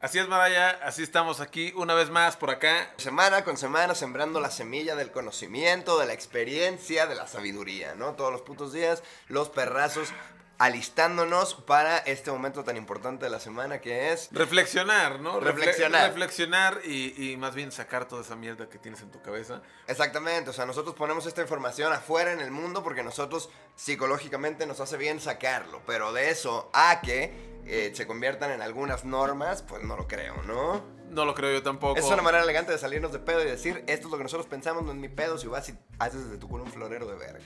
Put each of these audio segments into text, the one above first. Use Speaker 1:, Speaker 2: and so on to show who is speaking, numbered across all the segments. Speaker 1: Así es, Maraya, así estamos aquí una vez más por acá.
Speaker 2: Semana con semana sembrando la semilla del conocimiento, de la experiencia, de la sabiduría, ¿no? Todos los putos días, los perrazos alistándonos para este momento tan importante de la semana que es...
Speaker 1: Reflexionar, ¿no? Refle-
Speaker 2: Reflexionar.
Speaker 1: reflexionar y, y más bien sacar toda esa mierda que tienes en tu cabeza.
Speaker 2: Exactamente, o sea, nosotros ponemos esta información afuera en el mundo porque nosotros psicológicamente nos hace bien sacarlo, pero de eso a que eh, se conviertan en algunas normas, pues no lo creo, ¿no?
Speaker 1: No lo creo yo tampoco.
Speaker 2: Es una manera elegante de salirnos de pedo y decir, esto es lo que nosotros pensamos, no es mi pedo, si vas y haces de tu culo un florero de verga.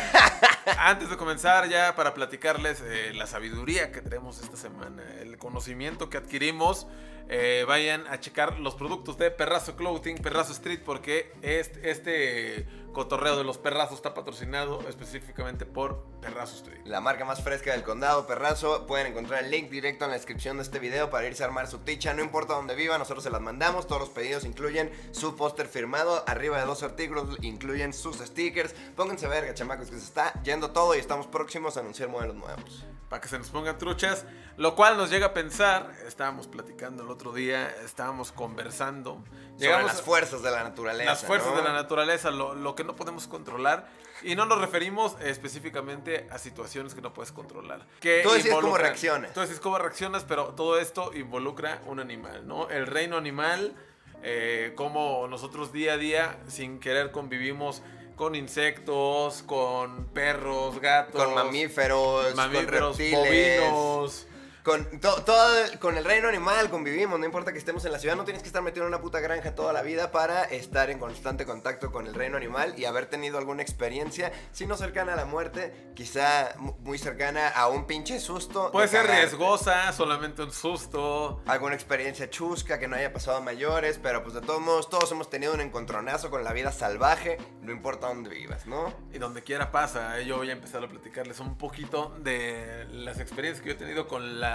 Speaker 1: Antes de comenzar ya para platicarles eh, la sabiduría que tenemos esta semana, el conocimiento que adquirimos, eh, vayan a checar los productos de Perrazo Clothing, Perrazo Street, porque este, este cotorreo de los perrazos está patrocinado específicamente por Perrazo Street.
Speaker 2: La marca más fresca del condado, Perrazo. Pueden encontrar el link directo en la descripción de este video para irse a armar su ticha. No importa dónde viva, nosotros se las mandamos. Todos los pedidos incluyen su póster firmado. Arriba de dos artículos incluyen sus stickers. Pónganse verga, chamacos, que se está yendo todo y estamos próximos a anunciar modelos nuevos.
Speaker 1: Para que se nos pongan truchas, lo cual nos llega a pensar, estábamos platicando el otro día, estábamos conversando,
Speaker 2: Sobre
Speaker 1: llegamos
Speaker 2: las
Speaker 1: a-
Speaker 2: fuerzas de la naturaleza.
Speaker 1: Las fuerzas
Speaker 2: ¿no?
Speaker 1: de la naturaleza, lo, lo que no podemos controlar. Y no nos referimos específicamente a situaciones que no puedes controlar. Que
Speaker 2: Tú decides cómo
Speaker 1: involucran-
Speaker 2: reaccionas.
Speaker 1: Tú decides cómo reaccionas, pero todo esto involucra un animal, ¿no? El reino animal, eh, como nosotros día a día, sin querer, convivimos con insectos, con perros, gatos.
Speaker 2: Con mamíferos,
Speaker 1: mamíferos,
Speaker 2: con reptiles.
Speaker 1: bovinos.
Speaker 2: Con, to- todo el- con el reino animal convivimos, no importa que estemos en la ciudad, no tienes que estar metido en una puta granja toda la vida para estar en constante contacto con el reino animal y haber tenido alguna experiencia, si no cercana a la muerte, quizá mu- muy cercana a un pinche susto. de
Speaker 1: Puede ser
Speaker 2: cagarte.
Speaker 1: riesgosa, solamente un susto.
Speaker 2: Alguna experiencia chusca que no haya pasado a mayores, pero pues de todos modos todos hemos tenido un encontronazo con la vida salvaje, no importa dónde vivas, ¿no?
Speaker 1: Y donde quiera pasa, eh, yo voy a empezar a platicarles un poquito de las experiencias que yo he tenido con la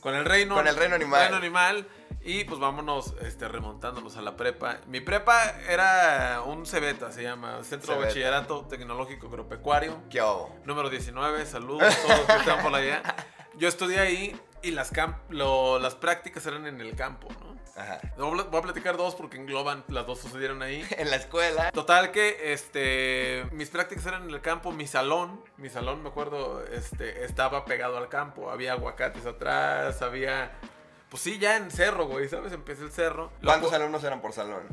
Speaker 1: con el reino
Speaker 2: Con el reino animal.
Speaker 1: reino animal. y pues vámonos este remontándonos a la prepa. Mi prepa era un Cebeta se llama, Centro de
Speaker 2: Cebeta.
Speaker 1: Bachillerato Tecnológico Agropecuario,
Speaker 2: ¿Qué hubo?
Speaker 1: número 19. Saludos a todos los que están por allá. Yo estudié ahí y las camp- lo- las prácticas eran en el campo, ¿no?
Speaker 2: Ajá.
Speaker 1: Voy a pl- voy a platicar dos porque engloban, las dos sucedieron ahí.
Speaker 2: En la escuela.
Speaker 1: Total que este mis prácticas eran en el campo, mi salón, mi salón me acuerdo, este estaba pegado al campo, había aguacates atrás, había pues sí, ya en cerro, güey, ¿sabes? Empecé el cerro. Lo
Speaker 2: ¿Cuántos
Speaker 1: cu-
Speaker 2: alumnos eran por salón?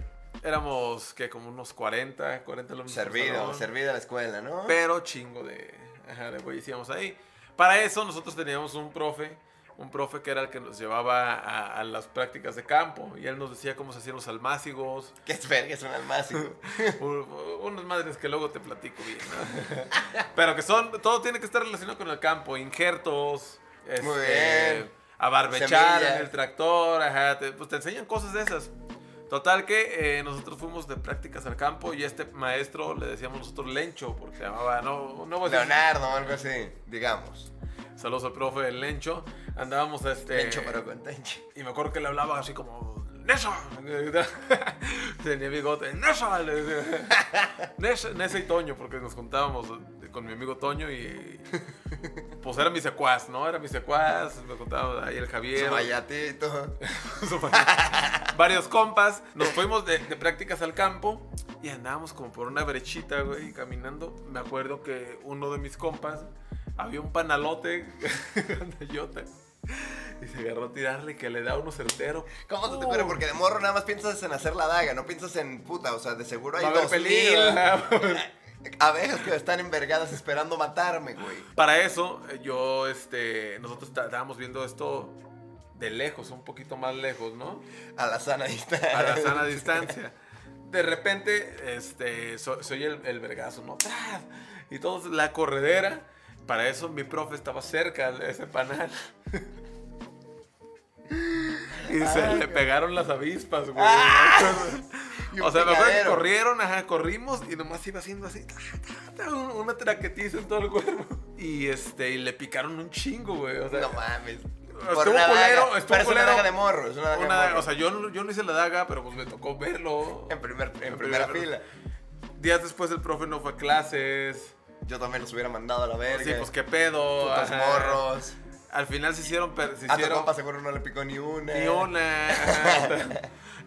Speaker 1: Éramos que como unos 40, 40 alumnos. por
Speaker 2: Servido,
Speaker 1: salón,
Speaker 2: servido a la escuela, ¿no?
Speaker 1: Pero chingo de ajá, de güey íbamos ahí. Para eso nosotros teníamos un profe, un profe que era el que nos llevaba a, a las prácticas de campo y él nos decía cómo se hacían los almácigos,
Speaker 2: Que es verga, es un almácigo.
Speaker 1: Un- Unas madres que luego te platico bien, ¿no? Pero que son, todo tiene que estar relacionado con el campo, injertos, este,
Speaker 2: Muy bien.
Speaker 1: a barbechar en
Speaker 2: Semillas.
Speaker 1: el tractor, ajá, te, pues te enseñan cosas de esas. Total que eh, nosotros fuimos de prácticas al campo y este maestro le decíamos nosotros Lencho, porque se llamaba, no, no voy a decir-
Speaker 2: Leonardo o algo así, digamos.
Speaker 1: Saludos al profe Lencho. Andábamos este...
Speaker 2: Lencho, pero con tencho.
Speaker 1: Y me acuerdo que le hablaba así como, Nessa. Tenía bigote, Nessa. le decía. Nessa, Nessa y Toño, porque nos juntábamos con mi amigo Toño y... Pues era mi secuaz, ¿no? Era mi secuaz, me juntábamos ahí el Javier.
Speaker 2: Su vallatito.
Speaker 1: su valla- Varios compas. Nos fuimos de, de prácticas al campo y andábamos como por una brechita, güey, caminando. Me acuerdo que uno de mis compas había un panalote, gandayota, y se agarró a tirarle que le da uno certero. Uh,
Speaker 2: ¿Cómo se te
Speaker 1: ¡Pum!
Speaker 2: ocurre? Porque de morro nada más piensas en hacer la daga, no piensas en puta, o sea, de seguro hay
Speaker 1: Va a haber
Speaker 2: dos
Speaker 1: peligro,
Speaker 2: mil
Speaker 1: ¿no?
Speaker 2: abejas que están envergadas esperando matarme, güey.
Speaker 1: Para eso, eh, yo, este, nosotros ta- estábamos viendo esto de lejos, un poquito más lejos, ¿no?
Speaker 2: A la sana distancia.
Speaker 1: a la sana distancia. De repente, este, so- soy el, el vergazo, ¿no? ¡Tras! Y todos la corredera. Para eso mi profe estaba cerca de ese panal. y se
Speaker 2: Ay,
Speaker 1: le
Speaker 2: güey.
Speaker 1: pegaron las avispas, güey.
Speaker 2: Y un
Speaker 1: o sea, me acuerdo que
Speaker 2: picadero.
Speaker 1: corrieron, ajá, corrimos y nomás iba haciendo así, ta, ta, ta, un- una traquetiza en todo el cuerpo. Y este, y le picaron un chingo, güey. O sea,
Speaker 2: No mames.
Speaker 1: Estuvo
Speaker 2: Por una daga.
Speaker 1: culero, estuvo
Speaker 2: Pero es una
Speaker 1: culero.
Speaker 2: daga de morro, es una daga
Speaker 1: una-
Speaker 2: de morro.
Speaker 1: o sea, yo, no- yo no hice la daga, pero pues me tocó verlo.
Speaker 2: en, primer, en,
Speaker 1: en
Speaker 2: primera
Speaker 1: primera-
Speaker 2: fila.
Speaker 1: Días después el profe no fue a clases.
Speaker 2: Yo también los hubiera mandado a la verga.
Speaker 1: Sí, pues qué pedo.
Speaker 2: Putos
Speaker 1: ajá.
Speaker 2: morros.
Speaker 1: Al final se hicieron. per- Se
Speaker 2: A Ah, tu
Speaker 1: hicieron
Speaker 2: compa seguro no le picó ni una.
Speaker 1: ni una. ajá.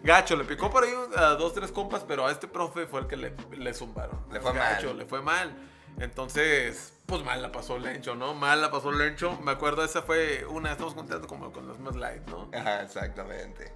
Speaker 1: Gacho, le picó por ahí a dos, tres compas, pero a este profe fue el que le, le zumbaron.
Speaker 2: Le fue
Speaker 1: Gacho,
Speaker 2: mal.
Speaker 1: le fue mal. Entonces, pues mal la pasó Lencho, ¿no? Mal la pasó Lencho. Me acuerdo, esa fue una, estamos contando como con las más light, ¿no?
Speaker 2: Ajá, exactamente.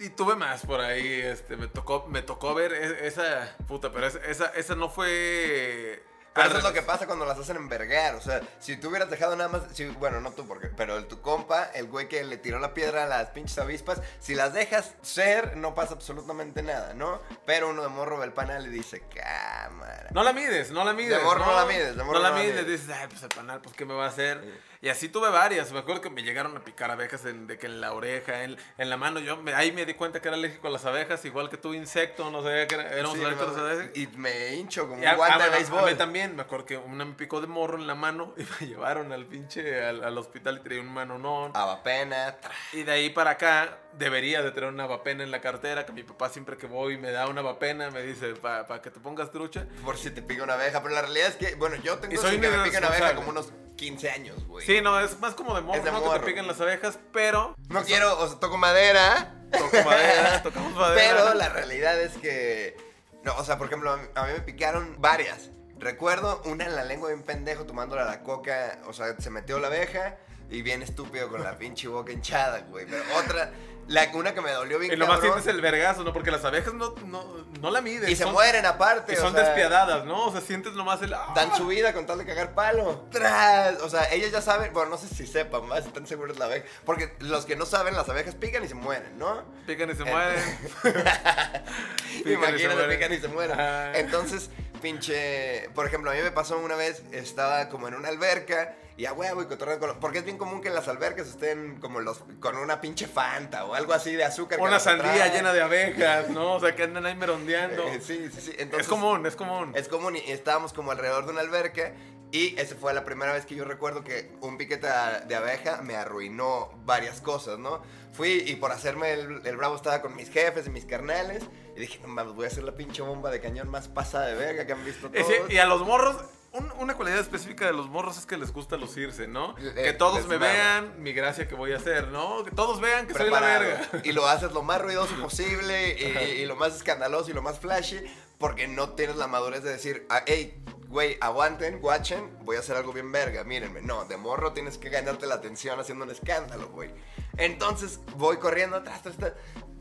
Speaker 1: Y tuve más por ahí, este, me tocó, me tocó ver e- esa puta, pero esa, esa, esa no fue.
Speaker 2: Pero
Speaker 1: al
Speaker 2: eso es lo que
Speaker 1: revés.
Speaker 2: pasa cuando las hacen envergar. O sea, si tú hubieras dejado nada más. si- bueno, no tú, porque, pero el, tu compa, el güey que le tiró la piedra a las pinches avispas, si las dejas ser, no pasa absolutamente nada, ¿no? Pero uno de morro ve el pana y le dice, cámara.
Speaker 1: No la mides, no la mides.
Speaker 2: De morro no la mides, de morro
Speaker 1: no la
Speaker 2: no la
Speaker 1: mides.
Speaker 2: mides.
Speaker 1: Dices, ay, pues el panal, pues qué me va a hacer. Y así tuve varias. Me acuerdo que me llegaron a picar abejas en, de que en la oreja, en, en la mano. Yo me- ahí me di cuenta que era alérgico a las abejas, igual que tu insecto, no sabía que era, éramos
Speaker 2: Sí,
Speaker 1: alérgicos a
Speaker 2: no,
Speaker 1: las abejas.
Speaker 2: y me hincho como
Speaker 1: Y a-
Speaker 2: un guante
Speaker 1: ah,
Speaker 2: de
Speaker 1: bueno, A mí
Speaker 2: béisbol.
Speaker 1: también, me acuerdo que una me picó de morro en la mano y me llevaron al pinche al, al hospital y traía un manonón.
Speaker 2: Ah. Abapena.
Speaker 1: Y de ahí para acá debería de tener una vapena en la cartera, que mi papá siempre que voy me da una vapena, me dice, para que te pongas trucha.
Speaker 2: Por si te pica una abeja. Pero la realidad es que, bueno, yo tengo
Speaker 1: Y soy
Speaker 2: sin que me pica una abeja
Speaker 1: irresponsable.
Speaker 2: como unos 15 años, güey.
Speaker 1: Sí, no, es más como de morro,
Speaker 2: Este, Es de
Speaker 1: ¿no? Que
Speaker 2: morro.
Speaker 1: te pican las abejas, pero.
Speaker 2: No quiero, o sea, toco madera.
Speaker 1: Toco madera, tocamos madera.
Speaker 2: Pero la realidad es que. No, o sea, por ejemplo, a mí, a mí me picaron varias. Recuerdo una en la lengua de un pendejo tomándola la coca. O sea, se metió la abeja y bien estúpido con la pinche boca hinchada, güey. Pero otra, la, una que me dolió bien
Speaker 1: Y nomás
Speaker 2: cabrón,
Speaker 1: sientes el vergazo, ¿no? Porque las abejas no, no, no la miden.
Speaker 2: Y se
Speaker 1: son-
Speaker 2: mueren aparte.
Speaker 1: Y
Speaker 2: o
Speaker 1: son
Speaker 2: sea,
Speaker 1: despiadadas, ¿no? O sea, sientes nomás el. ¡ah!
Speaker 2: Dan su vida con tal de cagar palo. ¡Tras! O sea, ellas ya saben, bueno, no sé si sepan más, están seguros la abeja. Porque los que no saben, las abejas pican y se mueren, ¿no?
Speaker 1: Pican y se
Speaker 2: Eh,
Speaker 1: mueren. Pican y se
Speaker 2: Imagínate,
Speaker 1: mueren.
Speaker 2: pican y se mueren.
Speaker 1: Ajá.
Speaker 2: Entonces, pinche. Por ejemplo, a mí me pasó una vez, estaba como en una alberca y a huevo y cotorreando con. Porque es bien común que en las albercas estén como los. con una pinche fanta o algo así de azúcar. que
Speaker 1: Una
Speaker 2: nos
Speaker 1: sandía
Speaker 2: atrae.
Speaker 1: llena de abejas, ¿no? O sea, que andan ahí merondeando.
Speaker 2: Eh, sí, sí, sí. Entonces,
Speaker 1: es común, es común.
Speaker 2: Es común y estábamos como alrededor de una alberca. Y esa fue la primera vez que yo recuerdo que un piquete a- de abeja me arruinó varias cosas, ¿no? Fui y por hacerme el, el bravo estaba con mis jefes y mis carnales. Y dije, no mames, voy a hacer la pinche bomba de cañón más pasada de verga que han visto
Speaker 1: Y
Speaker 2: todos.
Speaker 1: Eh, sí, y a los morros, un- una cualidad específica de los morros es que les gusta lucirse, ¿no?
Speaker 2: Eh,
Speaker 1: que todos
Speaker 2: les
Speaker 1: me
Speaker 2: mama.
Speaker 1: vean mi gracia que voy a hacer, ¿no? Que todos vean que
Speaker 2: preparado.
Speaker 1: soy la verga.
Speaker 2: Y lo haces lo más ruidoso posible y, y- y lo más escandaloso y lo más flashy porque no tienes la madurez de decir, ah, hey, güey, aguanten, guachen, voy a hacer algo bien verga, mírenme. No, de morro tienes que ganarte la atención haciendo un escándalo, güey. Entonces voy corriendo atrás, atrás, atrás.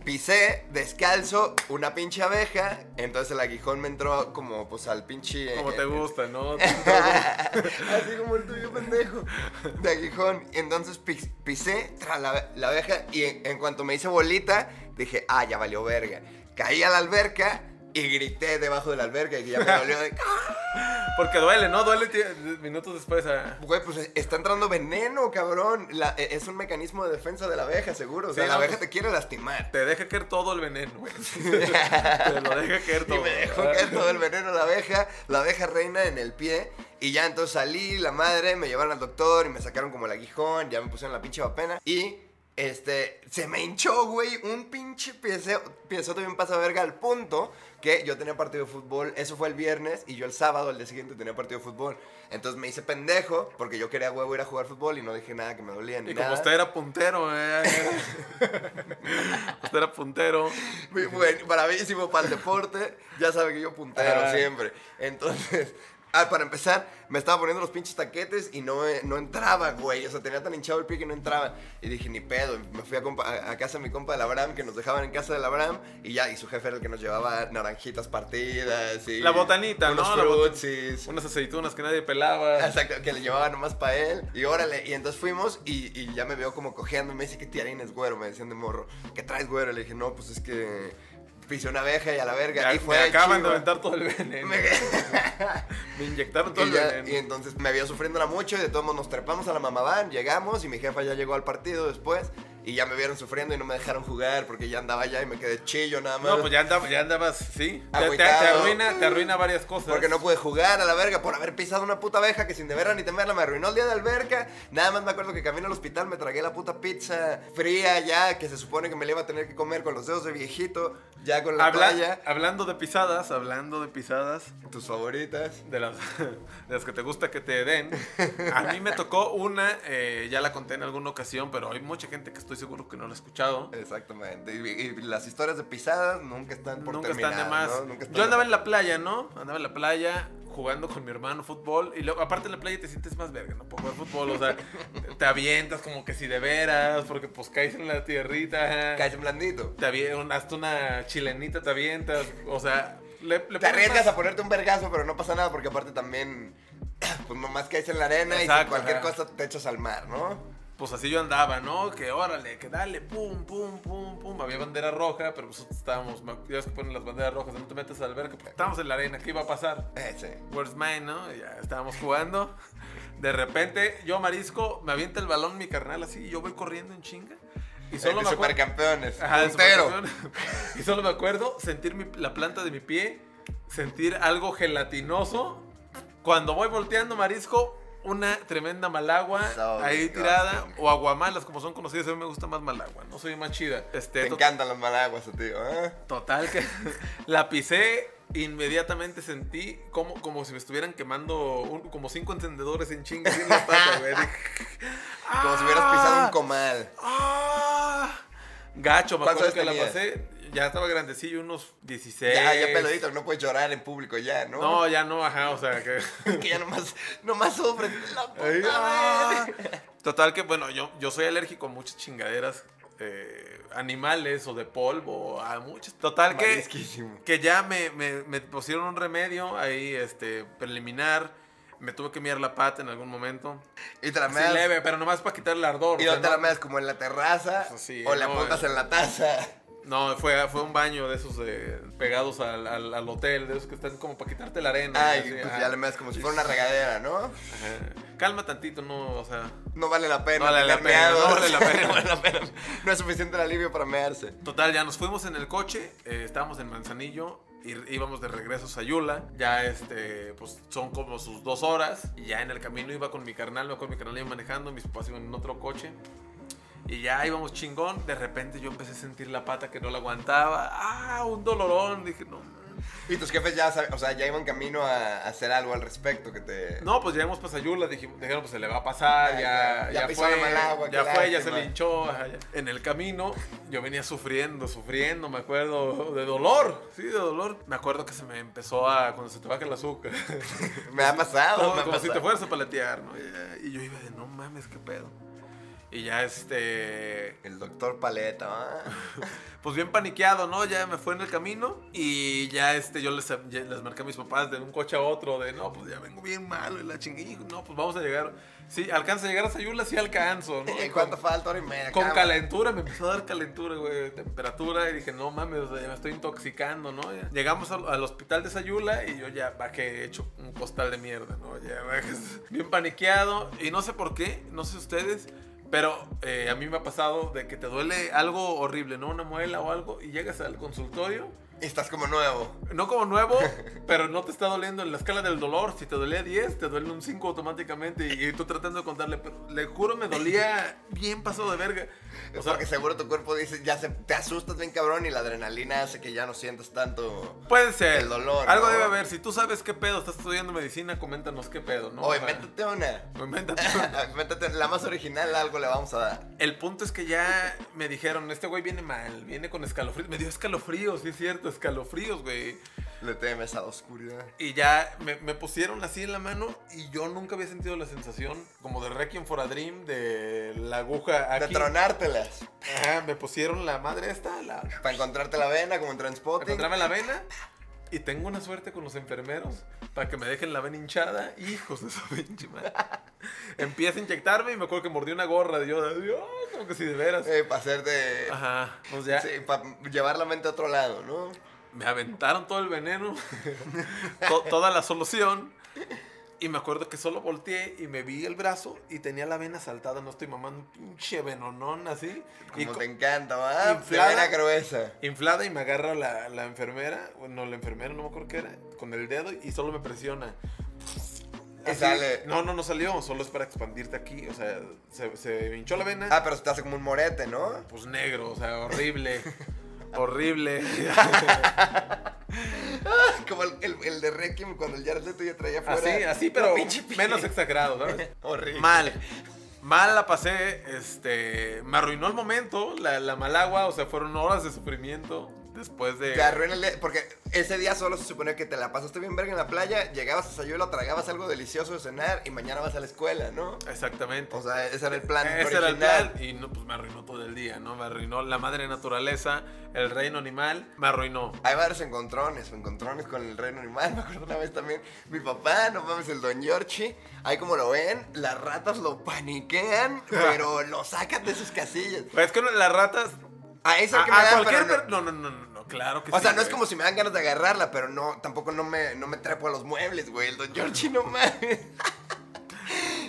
Speaker 2: Pisé descalzo una pinche abeja, entonces el aguijón me entró como pues al pinche... eh,
Speaker 1: Como te gusta, ¿no?
Speaker 2: Así como el tuyo, pendejo. De aguijón. Y Entonces pis- pisé tras la, la abeja y en, en cuanto me hice bolita, dije, ah, ya valió verga. Caí a la alberca y grité debajo de la alberca y ya me dolió de... "Ah,
Speaker 1: Porque duele, ¿no? Duele ti- minutos después. ah.
Speaker 2: Güey, pues está entrando veneno, cabrón. La- e- es un mecanismo de defensa de la abeja, seguro. O sea,
Speaker 1: Sí,
Speaker 2: la
Speaker 1: no,
Speaker 2: abeja
Speaker 1: pues-
Speaker 2: te quiere lastimar.
Speaker 1: Te deja caer todo el veneno. güey. Te lo deja caer todo. Ah.
Speaker 2: Y me dejó caer todo el veneno la abeja, la abeja reina en el pie. Y ya entonces salí, la madre, me llevaron al doctor y me sacaron como el aguijón, ya me pusieron la pinche vapena. Y este, se me hinchó, güey, un pinche pieceo, piezote bien pasa verga al punto que yo tenía partido de fútbol. Eso fue el viernes y yo el sábado, el día siguiente, tenía partido de fútbol. Entonces me hice pendejo porque yo quería, huevo, ir a jugar fútbol y no dije nada que me dolía ni
Speaker 1: Y
Speaker 2: nada.
Speaker 1: como usted era puntero, eh. usted era puntero.
Speaker 2: Muy buen- bravísimo para el deporte. Ya sabe que yo puntero
Speaker 1: Ah.
Speaker 2: siempre. Entonces, ah, para empezar, me estaba poniendo los pinches taquetes y no, eh, no entraba, güey. O sea, tenía tan hinchado el pie que no entraba. Y dije, ni pedo. Me fui a, compa- a- a casa de mi compa de la Bram, que nos dejaban en casa de la Bram. Y ya, y su jefe era el que nos llevaba naranjitas partidas. Y
Speaker 1: La botanita,
Speaker 2: unos
Speaker 1: ¿no? La bot-
Speaker 2: frutsis.
Speaker 1: Unas aceitunas que nadie pelaba.
Speaker 2: Exacto, que le llevaba nomás para él. Y órale, y entonces fuimos y, y ya me veo como cojeando. Y me dice, ¿qué tiarines, güero? Me decían de morro. ¿Qué traes, güero? Le dije, no, pues es que pisé una abeja y a la verga.
Speaker 1: Me,
Speaker 2: y fue
Speaker 1: me acaban de
Speaker 2: chiva.
Speaker 1: aventar todo el veneno. Me, inyectaron todo
Speaker 2: y,
Speaker 1: el
Speaker 2: ya-
Speaker 1: veneno.
Speaker 2: y entonces me vio sufriéndola mucho y de todos modos nos trepamos a la mamabán, llegamos y mi jefa ya llegó al partido después y ya me vieron sufriendo y no me dejaron jugar porque ya andaba allá y me quedé chillo nada más.
Speaker 1: No, pues ya andabas, ya andabas sí. Te- Te, te
Speaker 2: Agüitado.
Speaker 1: arruina, te arruina varias cosas.
Speaker 2: Porque no pude jugar a la verga por haber pisado una puta abeja que sin deberla ni temerla me arruinó el día de alberca. Nada más me acuerdo que camino al hospital me tragué la puta pizza fría ya que se supone que me la iba a tener que comer con los dedos de viejito, ya con la
Speaker 1: Habla-
Speaker 2: playa.
Speaker 1: hablando de pisadas, hablando de pisadas,
Speaker 2: Tus favoritas.
Speaker 1: de las, de las que te gusta que te den, a mí me tocó una, eh, ya la conté en alguna ocasión, pero hay mucha gente que estoy seguro que no la ha escuchado.
Speaker 2: Exactamente. Y, y las historias de pisadas nunca están por
Speaker 1: Nunca
Speaker 2: terminar.
Speaker 1: están de más.
Speaker 2: ¿no? Nunca están
Speaker 1: Yo andaba
Speaker 2: de-
Speaker 1: en la playa, ¿no? Andaba en la playa jugando con mi hermano fútbol. Y luego, aparte en la playa te sientes más verga, ¿no? Por jugar fútbol, o sea, te avientas como que si de veras, porque pues caes en la tierrita.
Speaker 2: Caes en blandito.
Speaker 1: Te avien- hasta una chilenita te avientas. O sea, le, le
Speaker 2: Te
Speaker 1: pones
Speaker 2: arriesgas
Speaker 1: más.
Speaker 2: a ponerte un vergazo, pero no pasa nada porque aparte también... Pues nomás caes en la arena y si
Speaker 1: Exacto,
Speaker 2: cualquier
Speaker 1: ajá.
Speaker 2: cosa te echas al mar, ¿no?
Speaker 1: Pues así yo andaba, ¿no? Que órale, que dale, pum, pum, pum, pum. Había bandera roja, pero nosotros estábamos. Ya ves que ponen las banderas rojas, no te metes al alberca, porque estábamos en la arena, ¿qué iba a pasar?
Speaker 2: Ese.
Speaker 1: Where's mine, ¿no? Y Ya estábamos jugando. De repente, yo marisco, me avienta el balón mi carnal así, y yo voy corriendo en chinga. Y solo
Speaker 2: de
Speaker 1: me acuerdo.
Speaker 2: Eh, supercampeones.
Speaker 1: Ajá, de
Speaker 2: puntero.
Speaker 1: supercampeón. Y solo me acuerdo sentir mi- la planta de mi pie, sentir algo gelatinoso. Cuando voy volteando marisco, una tremenda malagua
Speaker 2: So
Speaker 1: ahí
Speaker 2: disgusting.
Speaker 1: tirada. O aguamalas, como son conocidas, a mí me gusta más malagua. No soy más chida. Este,
Speaker 2: Te
Speaker 1: to-
Speaker 2: encantan las malaguas, tío. ¿eh?
Speaker 1: Total, que la pisé. Inmediatamente sentí como, como si me estuvieran quemando un- como cinco encendedores en chingas en la pata, güey. Dije,
Speaker 2: Como si hubieras pisado
Speaker 1: "Ah".
Speaker 2: un comal.
Speaker 1: ¡Ah! Gacho, me
Speaker 2: ¿Cuántos
Speaker 1: acuerdo que
Speaker 2: años
Speaker 1: la
Speaker 2: tenías?
Speaker 1: pasé. Ya estaba grandecillo, unos 16.
Speaker 2: Ya, ya peludito, no puedes llorar en público ya, ¿no?
Speaker 1: No, ya no, ajá, o sea que.
Speaker 2: que ya nomás, nomás sufres. La puta
Speaker 1: Ay, ah.
Speaker 2: madre.
Speaker 1: Total que, bueno, yo, yo soy alérgico a muchas chingaderas, eh, animales o de polvo, a muchas. Total que,
Speaker 2: Marisquísimo.
Speaker 1: que ya me, me- me pusieron un remedio ahí, este, preliminar. Me tuve que mirar la pata en algún momento.
Speaker 2: Y te la
Speaker 1: Así
Speaker 2: meas-
Speaker 1: leve, pero nomás para quitar el ardor.
Speaker 2: Y
Speaker 1: o sea,
Speaker 2: no te la
Speaker 1: no-
Speaker 2: meas como en la terraza.
Speaker 1: Pues sí,
Speaker 2: o la
Speaker 1: no,
Speaker 2: apuntas
Speaker 1: eh.
Speaker 2: en la taza.
Speaker 1: No, fue, fue un baño de esos de- pegados al, al- al hotel, de esos que están como para quitarte la arena.
Speaker 2: Ay,
Speaker 1: así,
Speaker 2: pues
Speaker 1: ajá.
Speaker 2: ya le meas como si fuera una regadera, ¿no?
Speaker 1: Ajá. Calma tantito, no, o sea.
Speaker 2: No vale la pena.
Speaker 1: No vale la
Speaker 2: tener
Speaker 1: pena,
Speaker 2: meado.
Speaker 1: no vale la pena.
Speaker 2: No vale la pena. No es suficiente el alivio para mearse.
Speaker 1: Total, ya nos fuimos en el coche, eh, estábamos en Manzanillo, y íbamos de regreso a Sayula, ya este, pues son como sus dos horas, y ya en el camino iba con mi carnal, me acuerdo mi carnal iba manejando, mis papás iban en otro coche, y ya íbamos chingón, de repente yo empecé a sentir la pata que no la aguantaba, ah, un dolorón, dije, no.
Speaker 2: Y tus jefes ya, sab- o sea, ya iban camino a a hacer algo al respecto que te...
Speaker 1: No, pues llegamos para Sayula, dijimos, dijeron, pues se le va a pasar, ya,
Speaker 2: Ah, ya,
Speaker 1: ya,
Speaker 2: ya pisó
Speaker 1: fue,
Speaker 2: la mala agua,
Speaker 1: ya
Speaker 2: qué
Speaker 1: fue, ya se
Speaker 2: lástima.
Speaker 1: le hinchó. ajá, ya. En el camino yo venía sufriendo, sufriendo, me acuerdo, de dolor, sí, de dolor. Me acuerdo que se me empezó a, cuando se te baja el azúcar,
Speaker 2: Me ha
Speaker 1: pues,
Speaker 2: pasado.
Speaker 1: como,
Speaker 2: Ah, me ha
Speaker 1: como si te
Speaker 2: pasado.
Speaker 1: fueras a paletear, ¿no? Y, y yo iba de, no mames, qué pedo. Y ya este,
Speaker 2: El doctor Paleta, ¿ah?
Speaker 1: pues bien paniqueado, ¿no? Ya me fue en el camino y ya este, yo les, ya les marqué a mis papás de un coche a otro, de no, pues ya vengo bien malo y la chinguilla, no, pues vamos a llegar. Sí, alcanza a llegar a Sayula, sí alcanzo, ¿no?
Speaker 2: ¿Y
Speaker 1: Y
Speaker 2: ¿Cuánto
Speaker 1: con-
Speaker 2: falta? Hora y media.
Speaker 1: Con
Speaker 2: cámara.
Speaker 1: calentura, me empezó a dar calentura, güey, temperatura, y dije, no mames, o sea, ya me estoy intoxicando, ¿no? Ya. Llegamos al, al hospital de Sayula y yo ya bajé hecho un costal de mierda, ¿no? Ya bajé bien paniqueado, y no sé por qué, no sé ustedes, pero eh, a mí me ha pasado de que te duele algo horrible, ¿no? Una muela o algo, y llegas al consultorio,
Speaker 2: Y estás como nuevo.
Speaker 1: no como nuevo, pero no te está doliendo en la escala del dolor. Si te dolía 10, te duele un 5 automáticamente. Y, y tú tratando de contarle, pero le juro me dolía bien pasado de verga. O sea,
Speaker 2: porque seguro tu cuerpo dice, ya se, te asustas bien cabrón y la adrenalina hace que ya no sientas tanto...
Speaker 1: puede ser.
Speaker 2: el dolor,
Speaker 1: Algo
Speaker 2: ¿no?
Speaker 1: debe haber. Si tú sabes qué pedo, estás estudiando medicina, coméntanos qué pedo, ¿no?
Speaker 2: Oye,
Speaker 1: O sea,
Speaker 2: métete una.
Speaker 1: o invéntate.
Speaker 2: métete la más original, algo le vamos a dar.
Speaker 1: El punto es que ya me dijeron, este güey viene mal, viene con escalofríos. Me dio escalofríos, sí es cierto, escalofríos, güey.
Speaker 2: Le temes a la oscuridad.
Speaker 1: Y ya me, me pusieron así en la mano y yo nunca había sentido la sensación como de Requiem for a Dream, de la aguja
Speaker 2: De
Speaker 1: aquí.
Speaker 2: tronártelas.
Speaker 1: Ajá, me pusieron la madre esta, la...
Speaker 2: Para encontrarte la vena como en
Speaker 1: para
Speaker 2: Transpotting.
Speaker 1: encontrarme la vena. Y tengo una suerte con los enfermeros para que me dejen la vena hinchada. Hijos de su pinche madre. Empieza a inyectarme y me acuerdo que mordí una gorra. Y yo, Dios, como que si de veras.
Speaker 2: para Eh, hacerte...
Speaker 1: Ajá, pues ya.
Speaker 2: para llevar la mente a otro lado, ¿no?
Speaker 1: me aventaron todo el veneno, to- toda la solución. Y me acuerdo que solo volteé y me vi el brazo y tenía la vena saltada. No estoy mamando un pinche venonón así. y
Speaker 2: Como
Speaker 1: co-
Speaker 2: te encanta, ¿verdad?
Speaker 1: inflada.
Speaker 2: Plena gruesa.
Speaker 1: inflada y me agarra la, la enfermera, no, la enfermera, no me acuerdo qué era, con el dedo y solo me presiona.
Speaker 2: Y sale.
Speaker 1: No, no, no salió, solo es para expandirte aquí, o sea, se, se hinchó la vena,
Speaker 2: Ah, pero se te hace como un morete, ¿no?
Speaker 1: pues negro, o sea, horrible, horrible.
Speaker 2: Como el, el- el de Requiem cuando el Jared Leto ya traía fuera.
Speaker 1: así, así,
Speaker 2: la
Speaker 1: pero
Speaker 2: pinche piel.
Speaker 1: menos exagerado, ¿sabes?
Speaker 2: Horrible.
Speaker 1: Mal. Mal la pasé, este, me arruinó el momento, la, la malagua, o sea, fueron horas de sufrimiento después de...
Speaker 2: Te arruina el día, porque ese día solo se supone que te la pasaste bien verga en la playa, llegabas a Sayuelo, tragabas algo delicioso de cenar y mañana vas a la escuela, ¿no?
Speaker 1: Exactamente.
Speaker 2: O sea, ese era el plan
Speaker 1: Ese era
Speaker 2: original.
Speaker 1: el plan y no, pues me arruinó todo el día, ¿no? Me arruinó la madre naturaleza, el reino animal, me arruinó.
Speaker 2: Hay varios encontrones, encontrones con el reino animal. Me acuerdo una vez también, mi papá, no mames, el don Giorgi. Ahí como lo ven, las ratas lo paniquean, pero lo sacan de sus casillas.
Speaker 1: Es que las ratas...
Speaker 2: A eso
Speaker 1: A,
Speaker 2: que me
Speaker 1: a
Speaker 2: dan,
Speaker 1: cualquier...
Speaker 2: pero no-
Speaker 1: per- No, no, no, no, no, claro que
Speaker 2: O
Speaker 1: sí,
Speaker 2: sea, no es
Speaker 1: güey.
Speaker 2: como si me dan ganas de agarrarla, pero no, tampoco no me, no me trepo a los muebles, güey. El don Giorgi no mames.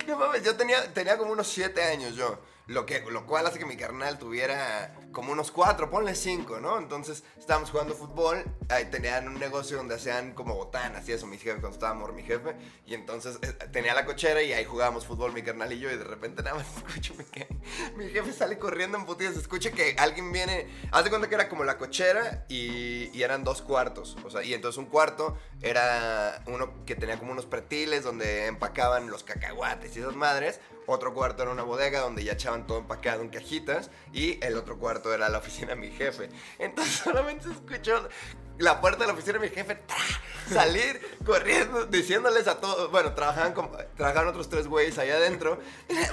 Speaker 2: No mames, yo tenía, tenía como unos 7 años yo. Lo, que, lo cual hace que mi carnal tuviera como unos 4, ponle 5, ¿no? Entonces estábamos jugando fútbol, ahí tenían un negocio donde hacían como botanas y eso, mis jefes, cuando estaba mor- mi jefe, y entonces eh, tenía la cochera y ahí jugábamos fútbol mi carnal y yo, y de repente nada más escucho mi, je- mi jefe sale corriendo en putillas, escucha que alguien viene, haz de cuenta que era como la cochera y, y eran dos cuartos, o sea, y entonces un cuarto era uno que tenía como unos pretiles donde empacaban los cacahuates y esas madres. Otro cuarto era una bodega donde ya echaban todo empacado en cajitas. Y el otro cuarto era la oficina de mi jefe. Entonces solamente escuchó la puerta de la oficina de mi jefe ¡tra! salir corriendo, diciéndoles a todos. Bueno, trabajaban, como, trabajaban otros tres güeyes allá adentro.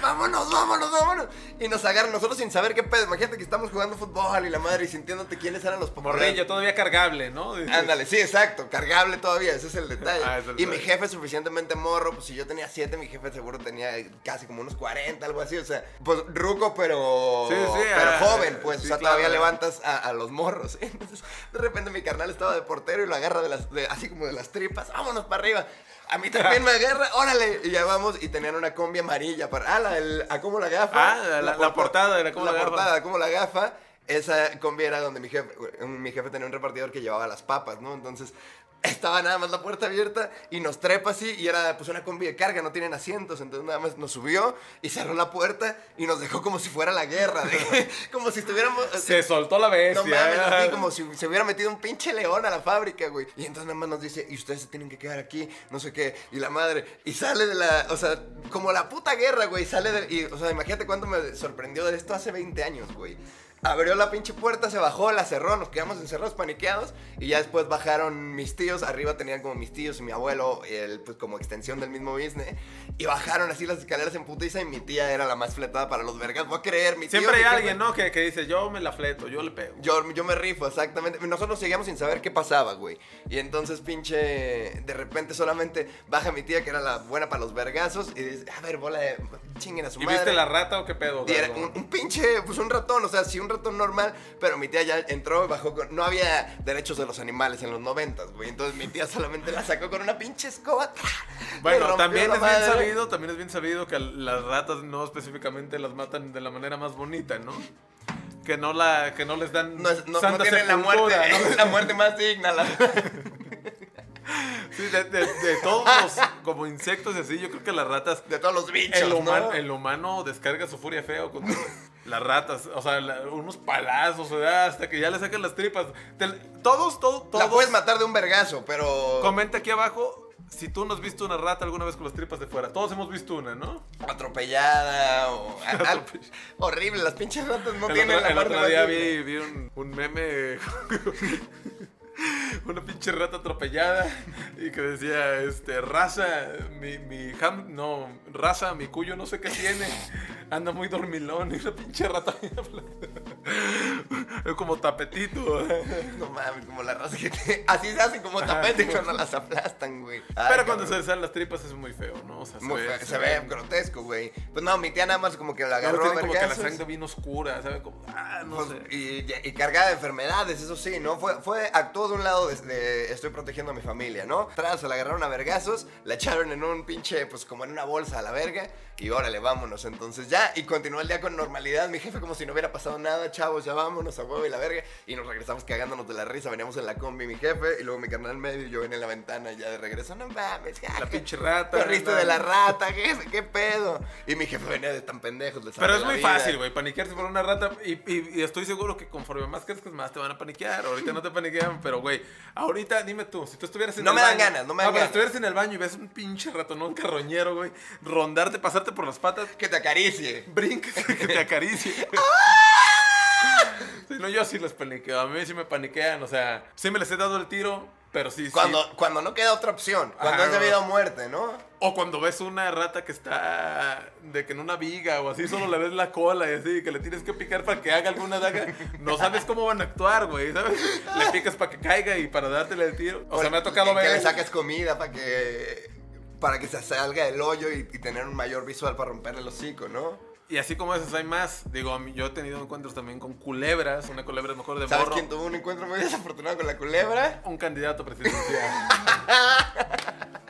Speaker 2: Vámonos, vámonos, vámonos. Y nos agarran nosotros sin saber qué pedo. Imagínate que estamos jugando fútbol y la madre y sintiéndote quiénes eran los pomorrillos.
Speaker 1: Morrillo, todavía cargable, ¿no? Dices,
Speaker 2: Ándale, sí, exacto, cargable todavía, ese es el detalle.
Speaker 1: Ah, es el
Speaker 2: y mi
Speaker 1: detalle.
Speaker 2: jefe es suficientemente morro, pues si yo tenía 7, mi jefe seguro tenía casi como unos 40, algo así, o sea, pues ruco, pero,
Speaker 1: Sí, sí,
Speaker 2: pero
Speaker 1: ah,
Speaker 2: joven, pues,
Speaker 1: sí,
Speaker 2: o sea,
Speaker 1: claro.
Speaker 2: todavía levantas a, a los morros. Entonces, de repente mi carnal estaba de portero y lo agarra de las, de- así como de las tripas, vámonos para arriba. A mí también me agarra, órale, y ya vamos, y tenían una combi amarilla para, ah, la, del- a cómo la gafa.
Speaker 1: Ah, la- la- la portada de la cómo la gafa.
Speaker 2: portada como la gafa, esa combi era donde mi jefe, mi jefe tenía un repartidor que llevaba las papas, ¿no? Entonces estaba nada más la puerta abierta y nos trepa así y era pues una combi de carga, no tienen asientos, entonces nada más nos subió y cerró la puerta y nos dejó como si fuera la guerra, de- como si estuviéramos...
Speaker 1: Se soltó la bestia.
Speaker 2: No mames, así
Speaker 1: ¿eh?
Speaker 2: como si se hubiera metido un pinche león a la fábrica, güey. Y entonces nada más nos dice, y ustedes se tienen que quedar aquí, no sé qué. Y la madre, y sale de la, o sea, como la puta guerra, güey. Sale de, y, o sea, imagínate cuánto me sorprendió de esto hace 20 años, güey. Abrió la pinche puerta, se bajó, la cerró, nos quedamos encerrados, paniqueados. Y ya después bajaron mis tíos, arriba tenían como mis tíos y mi abuelo, el, pues como extensión del mismo business. Y bajaron así las escaleras en putiza y mi tía era la más fletada para los vergas. Voy a creer, mi tío,
Speaker 1: Siempre hay
Speaker 2: mi jefe-
Speaker 1: alguien, ¿no? Que, que dice, yo me la fleto, yo le pego.
Speaker 2: yo, yo me rifo, exactamente. Nosotros seguíamos sin saber qué pasaba, güey. Y entonces, pinche. De repente solamente baja mi tía, que era la buena para los vergazos, y dice: A ver, bola de. Chinguen a su
Speaker 1: ¿Y
Speaker 2: madre.
Speaker 1: viste la rata o qué pedo?
Speaker 2: Y era
Speaker 1: Garbo?
Speaker 2: un, un pinche, pues un ratón, o sea, sí, un ratón normal, pero mi tía ya entró y bajó con... No había derechos de los animales en los noventas, güey, entonces mi tía solamente la sacó con una pinche escoba. ¡tra! Le
Speaker 1: Bueno,
Speaker 2: rompió
Speaker 1: también
Speaker 2: la
Speaker 1: es bien
Speaker 2: madre.
Speaker 1: sabido, también es bien sabido que las ratas no específicamente las matan de la manera más bonita, ¿no? Que no la, que no les dan
Speaker 2: No, es- no, no
Speaker 1: santa
Speaker 2: tienen la muerte,
Speaker 1: sepultura, ¿no?
Speaker 2: la muerte más digna, la
Speaker 1: Sí, de, de- de todos los como insectos y así, yo creo que las ratas.
Speaker 2: de todos los bichos,
Speaker 1: El, humano,
Speaker 2: ¿no?
Speaker 1: el humano descarga su furia feo con todo. las ratas, o sea, la- unos palazos, o sea, hasta que ya le sacan las tripas. Te- todos, todo-
Speaker 2: La
Speaker 1: todos.
Speaker 2: puedes matar de un vergazo, pero...
Speaker 1: Comenta aquí abajo si tú no has visto una rata alguna vez con las tripas de fuera. Todos hemos visto una, ¿no?
Speaker 2: atropellada o a- a- horrible las pinches ratas no
Speaker 1: el
Speaker 2: tienen
Speaker 1: otro,
Speaker 2: la
Speaker 1: el
Speaker 2: parte
Speaker 1: otro día
Speaker 2: más
Speaker 1: vi, vi un, un meme. Una pinche rata atropellada y que decía, este, raza, mi, mi ham, no, raza, mi cuyo no sé qué tiene. anda muy dormilón y una pinche rata. como tapetito.
Speaker 2: No mames, como la raza que te- Así se hacen como tapete cuando las aplastan, güey. Ay,
Speaker 1: Pero cuando
Speaker 2: cabrón.
Speaker 1: se salen las tripas es muy feo, ¿no? O sea, se
Speaker 2: Muy
Speaker 1: ve-
Speaker 2: feo, se ve grotesco, güey. Pues no, mi tía nada más como que la
Speaker 1: Ahora
Speaker 2: agarró.
Speaker 1: tiene
Speaker 2: a
Speaker 1: como que la
Speaker 2: vergazos.
Speaker 1: sangre bien oscura, ¿sabes? Como, ah, no
Speaker 2: Pues,
Speaker 1: sé.
Speaker 2: y, y- y cargada de enfermedades, eso sí, ¿no? Fue, fue actuó de un lado de, de estoy protegiendo a mi familia, ¿no? Tras, se la agarraron a vergazos, la echaron en un pinche, pues como en una bolsa a la verga, y órale, vámonos. Entonces ya, y continuó el día con normalidad. Mi jefe, como si no hubiera pasado nada, chavos, ya vámonos a huevo y la verga. Y nos regresamos cagándonos de la risa. Veníamos en la combi, mi jefe, y luego mi carnal medio, y yo venía en la ventana, y ya de regreso, no mames, ja,
Speaker 1: La
Speaker 2: ja,
Speaker 1: pinche rata.
Speaker 2: Corriste
Speaker 1: ¿verdad?
Speaker 2: de la rata, jefe, qué pedo. Y mi jefe venía de tan pendejos, les
Speaker 1: Pero
Speaker 2: salvé
Speaker 1: es
Speaker 2: la
Speaker 1: muy
Speaker 2: vida.
Speaker 1: fácil, güey, paniquearse por una rata. Y, y- y estoy seguro que conforme más crezcas, más te van a paniquear. Ahorita no te paniquean, pero, güey, ahorita dime tú, si tú estuvieras en
Speaker 2: No
Speaker 1: el
Speaker 2: me
Speaker 1: baño.
Speaker 2: dan ganas, no me dan
Speaker 1: pero
Speaker 2: ganas.
Speaker 1: estuvieras en el baño y ves un pinche ratonón carroñero, güey, rondarte, pasarte por las patas,
Speaker 2: Que te acaricie.
Speaker 1: brinques, que te acaricie.
Speaker 2: ¡Ah!
Speaker 1: Sí, no, yo sí les paniqueo. A mí sí me paniquean, o sea, sí me les he dado el tiro, pero sí. sí.
Speaker 2: Cuando, cuando no queda otra opción, cuando
Speaker 1: Ajá,
Speaker 2: es de
Speaker 1: no.
Speaker 2: vida o muerte, ¿no?
Speaker 1: O cuando ves una rata que está de que en una viga o así, solo le ves la cola y así, que le tienes que picar para que haga alguna daga, no sabes cómo van a actuar, güey, ¿sabes? Le picas para que caiga y para dártele el tiro. O sea, me ha tocado
Speaker 2: que, Que
Speaker 1: ver...
Speaker 2: le saques comida para que, para que se salga del hoyo y, y tener un mayor visual para romperle el hocico, ¿no?
Speaker 1: Y así como esas hay más. Digo, a mí- yo he tenido encuentros también con culebras, una culebra mejor de
Speaker 2: ¿Sabes
Speaker 1: morro.
Speaker 2: quién tuvo un encuentro muy desafortunado con la culebra?
Speaker 1: Un candidato presidencial.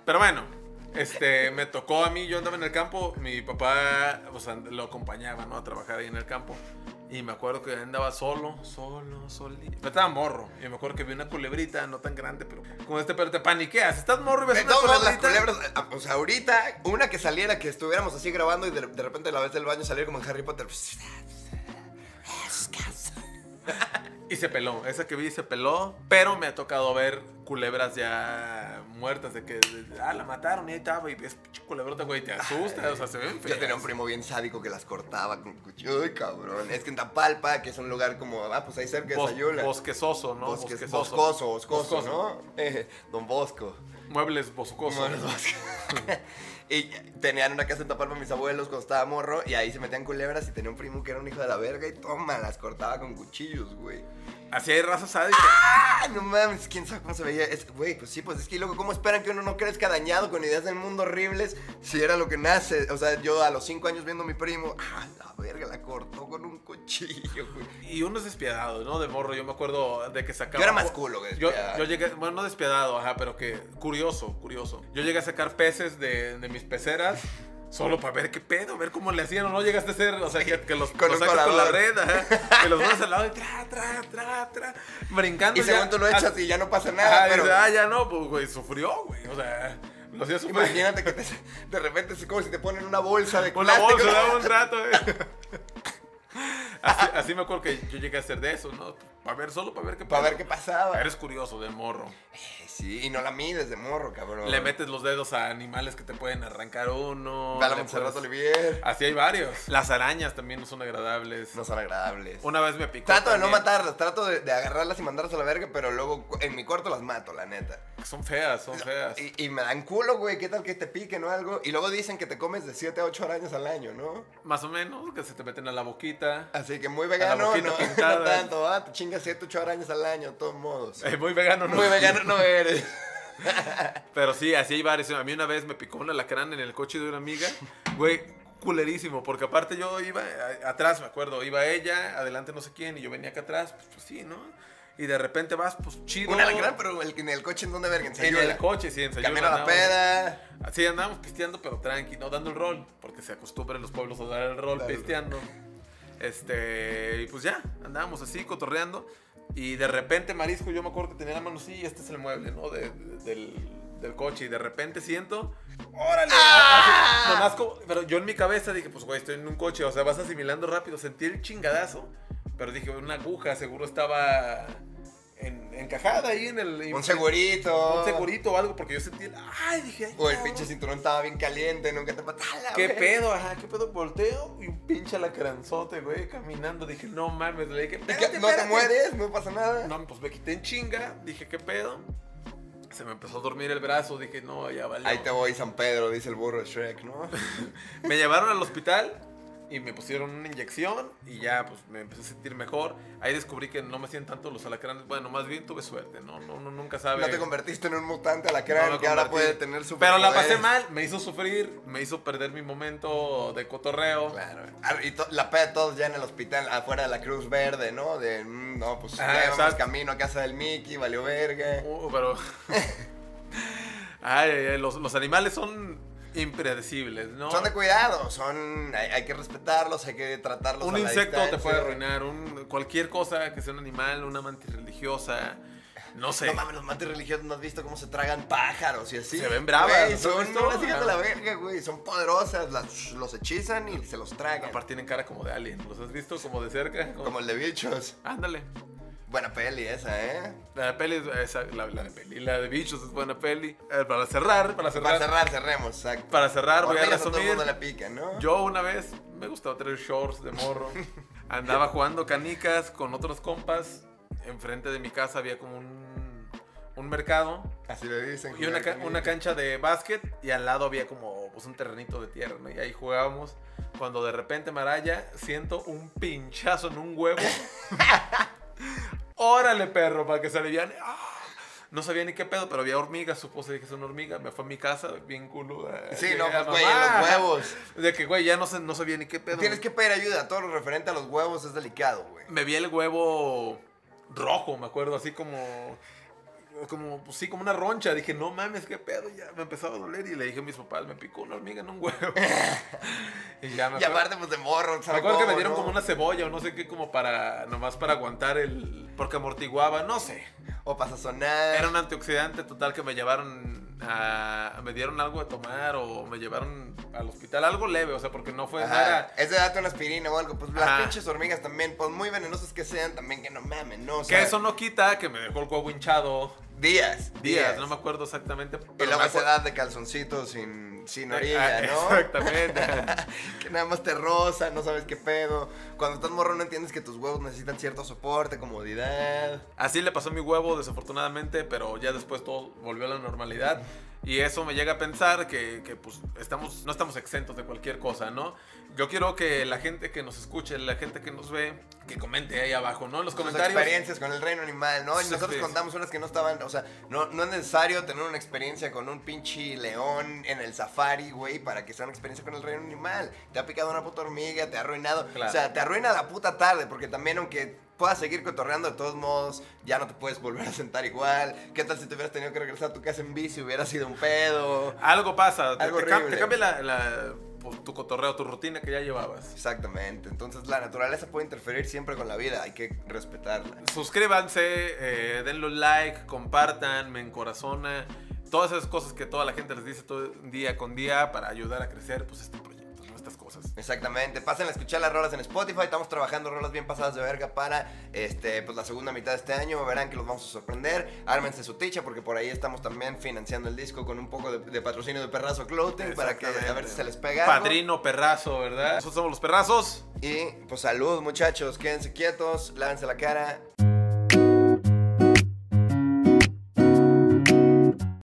Speaker 1: Pero bueno, este, me tocó a mí, yo andaba en el campo, mi papá o sea, lo acompañaba, ¿no? A trabajar ahí en el campo. Y me acuerdo que andaba solo, solo, solito. Pero estaba morro. Y me acuerdo que vi una culebrita, no tan grande, pero con este pero te paniqueas. Estás morro y ves
Speaker 2: De
Speaker 1: Pues una
Speaker 2: todos modos, las
Speaker 1: culebrita.
Speaker 2: culebras, a- o sea, ahorita, una que saliera, que estuviéramos así grabando y de, de repente la vez del baño salir como en Harry Potter. pues,
Speaker 1: Y se peló. Esa que vi se peló. Pero me ha tocado ver culebras ya muertas, de que, ah, la mataron y ahí estaba. Y ves, pinche culebrota, güey, te asusta. O sea, se ven
Speaker 2: Yo tenía un
Speaker 1: feas.
Speaker 2: primo bien sádico que las cortaba con cuchillo. Ay, cabrón. Es que en Tapalpa, que es un lugar como, ah, pues ahí cerca de
Speaker 1: Bos-
Speaker 2: Sayula.
Speaker 1: Bosquesoso, ¿no?
Speaker 2: Bosques- boscoso, boscoso, ¿no? Eh, don Bosco.
Speaker 1: Muebles boscosos.
Speaker 2: Como los bosques. y tenían una casa en Tapalpa mis abuelos cuando estaba morro y ahí se metían culebras y tenía un primo que era un hijo de la verga y toma, las cortaba con cuchillos, güey.
Speaker 1: Así hay raza sádica.
Speaker 2: Ah, no mames, quién sabe cómo se veía. Es, güey, pues sí, pues es que loco, ¿cómo esperan que uno no crezca dañado con ideas del mundo horribles si era lo que nace? O sea, yo a los 5 años viendo a mi primo, ah, la verga, la cortó con un cuchillo, güey.
Speaker 1: Y uno es despiadado, ¿no? De morro, yo me acuerdo de que sacaba.
Speaker 2: Yo era más culo que
Speaker 1: yo,
Speaker 2: despiadado.
Speaker 1: yo llegué, bueno, no despiadado, ajá, pero que curioso, curioso. Yo llegué a sacar peces de, de mis peceras. Solo para ver qué pedo, ver cómo le hacían o no llegaste a ser, o sea, que, que los,
Speaker 2: Con
Speaker 1: los
Speaker 2: un
Speaker 1: sacas con la
Speaker 2: colador.
Speaker 1: red, ajá, que los vas al lado y tra, tra, tra, tra, brincando.
Speaker 2: Y
Speaker 1: ya,
Speaker 2: según tú lo
Speaker 1: ah,
Speaker 2: echas y ya no pasa
Speaker 1: ajá,
Speaker 2: nada,
Speaker 1: y
Speaker 2: pero...
Speaker 1: dices, ah, ya no, pues, güey, sufrió, güey, o sea, lo hacía sufrir.
Speaker 2: Imagínate que te- de repente es como si te ponen una bolsa de
Speaker 1: Con la
Speaker 2: plástico.
Speaker 1: bolsa, daba un rato, eh. Así, así me acuerdo que yo llegué a hacer de eso, ¿no? Para ver, solo para ver qué
Speaker 2: Para ver qué
Speaker 1: pedo.
Speaker 2: pasaba.
Speaker 1: Eres curioso de morro.
Speaker 2: Eh, Sí, y no la mides de morro, cabrón.
Speaker 1: Le metes los dedos a animales que te pueden arrancar uno.
Speaker 2: Para
Speaker 1: le
Speaker 2: Montserrat
Speaker 1: puedes-
Speaker 2: Olivier.
Speaker 1: Así hay varios. Las arañas también no son agradables.
Speaker 2: No son agradables.
Speaker 1: Una vez me picó.
Speaker 2: Trato de no
Speaker 1: también.
Speaker 2: matarlas, trato de, de agarrarlas y mandarlas a la verga, pero luego cu- en mi cuarto las mato, la neta.
Speaker 1: Son feas, son feas.
Speaker 2: Y, y me dan culo, güey, qué tal que te piquen o algo. Y luego dicen que te comes de 7 a 8 arañas al año, ¿no?
Speaker 1: Más o menos, que se te meten a la boquita.
Speaker 2: Así que muy vegano,
Speaker 1: boquita
Speaker 2: no,
Speaker 1: pintada.
Speaker 2: no tanto, ah, te chingas 7 8 arañas al año, de todos modos.
Speaker 1: Eh, muy vegano, ¿no?
Speaker 2: Muy vegano no eres.
Speaker 1: Pero sí, así hay varios. A mí una vez me picó un alacrán en el coche de una amiga. Güey, culerísimo. Porque aparte yo iba a- atrás, me acuerdo. Iba ella, adelante no sé quién, y yo venía acá atrás. Pues, pues sí, ¿no? Y de repente vas, pues chido.
Speaker 2: Una gran, pero el- en el coche en donde verga, en
Speaker 1: En
Speaker 2: Sayula.
Speaker 1: el coche, sí, en Sayula,
Speaker 2: Camino a la
Speaker 1: andamos.
Speaker 2: peda.
Speaker 1: Así andamos pisteando, pero tranqui, no dando el rol. Porque se acostumbran los pueblos a dar el rol
Speaker 2: Dar el rol.
Speaker 1: pisteando. Este, y pues ya, andábamos así, cotorreando. Y de repente, Marisco, yo me acuerdo que tenía la mano así, y este es el mueble, ¿no? De- de- del, del coche. Y de repente siento. ¡Órale!
Speaker 2: ¡Ah!
Speaker 1: Así, nomás como- pero yo en mi cabeza dije, pues güey, estoy en un coche, o sea, vas asimilando rápido. Sentí el chingadazo, pero dije, una aguja, seguro estaba en- encajada ahí en el.
Speaker 2: Un segurito.
Speaker 1: Un segurito o algo, porque yo sentí. el- ¡Ay! Dije, ay,
Speaker 2: O el
Speaker 1: cabrón.
Speaker 2: pinche cinturón estaba bien caliente, nunca te patala.
Speaker 1: ¿Qué pedo? Ajá, ¿qué pedo? Volteo y un pinche alacranzote, güey, caminando. Dije, no mames, le dije, "Espérate,
Speaker 2: ¿No te
Speaker 1: espérate".
Speaker 2: mueres? ¿No pasa nada?
Speaker 1: No, pues me quité en chinga. Dije, ¿qué pedo? Se me empezó a dormir el brazo. Dije, no, ya vale.
Speaker 2: Ahí te voy, San Pedro, dice el burro de Shrek, ¿no?
Speaker 1: Me llevaron al hospital. y me pusieron una inyección y ya pues me empecé a sentir mejor. Ahí descubrí que no me hacían tanto los alacranes. Bueno, más bien tuve suerte, no, no, no nunca sabes.
Speaker 2: No te convertiste en un mutante a la cara
Speaker 1: No me
Speaker 2: que ahora
Speaker 1: convertí.
Speaker 2: puede tener su
Speaker 1: Pero la pasé mal, me hizo sufrir, me hizo perder mi momento de cotorreo.
Speaker 2: Claro. Ah, Y to- la peda de todos ya en el hospital, afuera de la Cruz Verde, ¿no? De, mm, no, pues
Speaker 1: Ah,
Speaker 2: ya íbamos
Speaker 1: exacto.
Speaker 2: camino a casa del Mickey, valió verga.
Speaker 1: Uh, pero. Ay, ay, ay, los, los animales son impredecibles, ¿no?
Speaker 2: Son de cuidado, son, hay, hay que respetarlos, hay que tratarlos
Speaker 1: un
Speaker 2: a la
Speaker 1: insecto te
Speaker 2: distancia.
Speaker 1: puede arruinar, un, cualquier cosa que sea un animal, una mantis religiosa, no sé.
Speaker 2: No mames, los mantis religiosos no has visto cómo se tragan pájaros y así.
Speaker 1: Se ven bravas,
Speaker 2: Güey,
Speaker 1: ¿no has
Speaker 2: son
Speaker 1: visto?
Speaker 2: unas hijas de la verga, güey. Son poderosas, las- los hechizan y se los tragan.
Speaker 1: Aparte tienen cara como de alien, ¿los has visto como de cerca? Como-
Speaker 2: Como el de bichos.
Speaker 1: Ándale.
Speaker 2: Buena peli esa, ¿eh?
Speaker 1: La de peli, es- esa- la, la de peli, la de bichos es buena peli. Eh, para cerrar, para cerrar,
Speaker 2: Para cerrar, cerremos, exacto.
Speaker 1: para cerrar, voy a
Speaker 2: Hormigas todo el
Speaker 1: resumir.
Speaker 2: mundo le pica, ¿no?
Speaker 1: Yo una vez me gustaba traer shorts de morro. Andaba jugando canicas con otros compas. Enfrente de mi casa había como un, un mercado
Speaker 2: Así le dicen.
Speaker 1: y una,
Speaker 2: jugar
Speaker 1: ca-
Speaker 2: conmigo.
Speaker 1: una cancha de básquet. Y al lado había como pues, un terrenito de tierra. ¿no? Y ahí jugábamos. Cuando de repente Maraya siento un pinchazo en un huevo. Órale, perro, para que se aliviane. ¡Ah! No sabía ni qué pedo, pero había hormigas. Supuse que es una hormiga. Me fue a mi casa, bien culuda.
Speaker 2: Sí,
Speaker 1: Llegué
Speaker 2: no,
Speaker 1: a
Speaker 2: pues, güey, en
Speaker 1: mamá.
Speaker 2: los huevos.
Speaker 1: De que, güey, ya no, sé- no sabía ni qué pedo.
Speaker 2: Tienes que pedir ayuda. Todo lo referente a los huevos es delicado, güey.
Speaker 1: Me vi el huevo rojo, me acuerdo, así como... Como, pues sí, como una roncha. Dije, no mames, qué pedo. Ya me empezaba a doler. Y le dije a mis papás, me picó una hormiga en un huevo. y ya me
Speaker 2: Y
Speaker 1: acuerdo,
Speaker 2: aparte, pues de morro.
Speaker 1: me acuerdo que me dieron como una cebolla o no sé qué, como para. Nomás para aguantar el. Porque amortiguaba, no sé.
Speaker 2: O para sazonar.
Speaker 1: Era un antioxidante total que me llevaron a. Me dieron algo de tomar o me llevaron al hospital. Algo leve, o sea, porque no fue. no
Speaker 2: Ajá.
Speaker 1: era-
Speaker 2: Es de darte una aspirina o algo. Pues las
Speaker 1: Ajá.
Speaker 2: pinches hormigas también, pues muy venenosas que sean, también que no mamen, ¿no? O
Speaker 1: Que
Speaker 2: sea,
Speaker 1: eso no quita que me dejó el huevo hinchado.
Speaker 2: Días.
Speaker 1: Días, no me acuerdo exactamente.
Speaker 2: Y
Speaker 1: pero
Speaker 2: luego
Speaker 1: me
Speaker 2: esa
Speaker 1: acuer-
Speaker 2: edad de calzoncitos sin, sin
Speaker 1: Ah,
Speaker 2: orilla, ¿no?
Speaker 1: Exactamente.
Speaker 2: Que nada más te rosa, no sabes qué pedo. Cuando estás morro no entiendes que tus huevos necesitan cierto soporte, comodidad.
Speaker 1: Así le pasó a mi huevo, desafortunadamente, pero ya después todo volvió a la normalidad. Y eso me llega a pensar que, que, pues, estamos, no estamos exentos de cualquier cosa, ¿no? Yo quiero que la gente que nos escuche, la gente que nos ve, que comente ahí abajo, ¿no? En los
Speaker 2: Sus
Speaker 1: comentarios.
Speaker 2: experiencias con el reino animal, ¿no? Y
Speaker 1: Sus
Speaker 2: nosotros
Speaker 1: experiencias.
Speaker 2: contamos unas que no estaban, o sea, no, no es necesario tener una experiencia con un pinche león en el safari, güey, para que sea una experiencia con el reino animal. Te ha picado una puta hormiga, te ha arruinado,
Speaker 1: Claro.
Speaker 2: o sea, te arruina la puta tarde, porque también aunque puedas seguir cotorreando de todos modos, ya no te puedes volver a sentar igual. ¿Qué tal si te hubieras tenido que regresar a tu casa en bici? Hubiera sido un pedo.
Speaker 1: Algo pasa, te-
Speaker 2: Algo
Speaker 1: te, cam-
Speaker 2: horrible.
Speaker 1: te cambia la- la- pues, tu cotorreo, tu rutina que ya llevabas.
Speaker 2: Exactamente, entonces la naturaleza puede interferir siempre con la vida, hay que respetarla.
Speaker 1: Suscríbanse, eh, denle un like, compartan, me encorazona. Todas esas cosas que toda la gente les dice todo día con día para ayudar a crecer, pues este proyecto, ¿no? estas cosas.
Speaker 2: Exactamente, pasen a escuchar las rolas en Spotify, estamos trabajando rolas bien pasadas de verga para este, pues, la segunda mitad de este año, verán que los vamos a sorprender, ármense su ticha porque por ahí estamos también financiando el disco con un poco de, de patrocinio de Perrazo Clothing para que a ver si se les pega. algo.
Speaker 1: Padrino, perrazo, ¿verdad? Nosotros somos los perrazos.
Speaker 2: Y pues salud muchachos, quédense quietos, lávense la cara.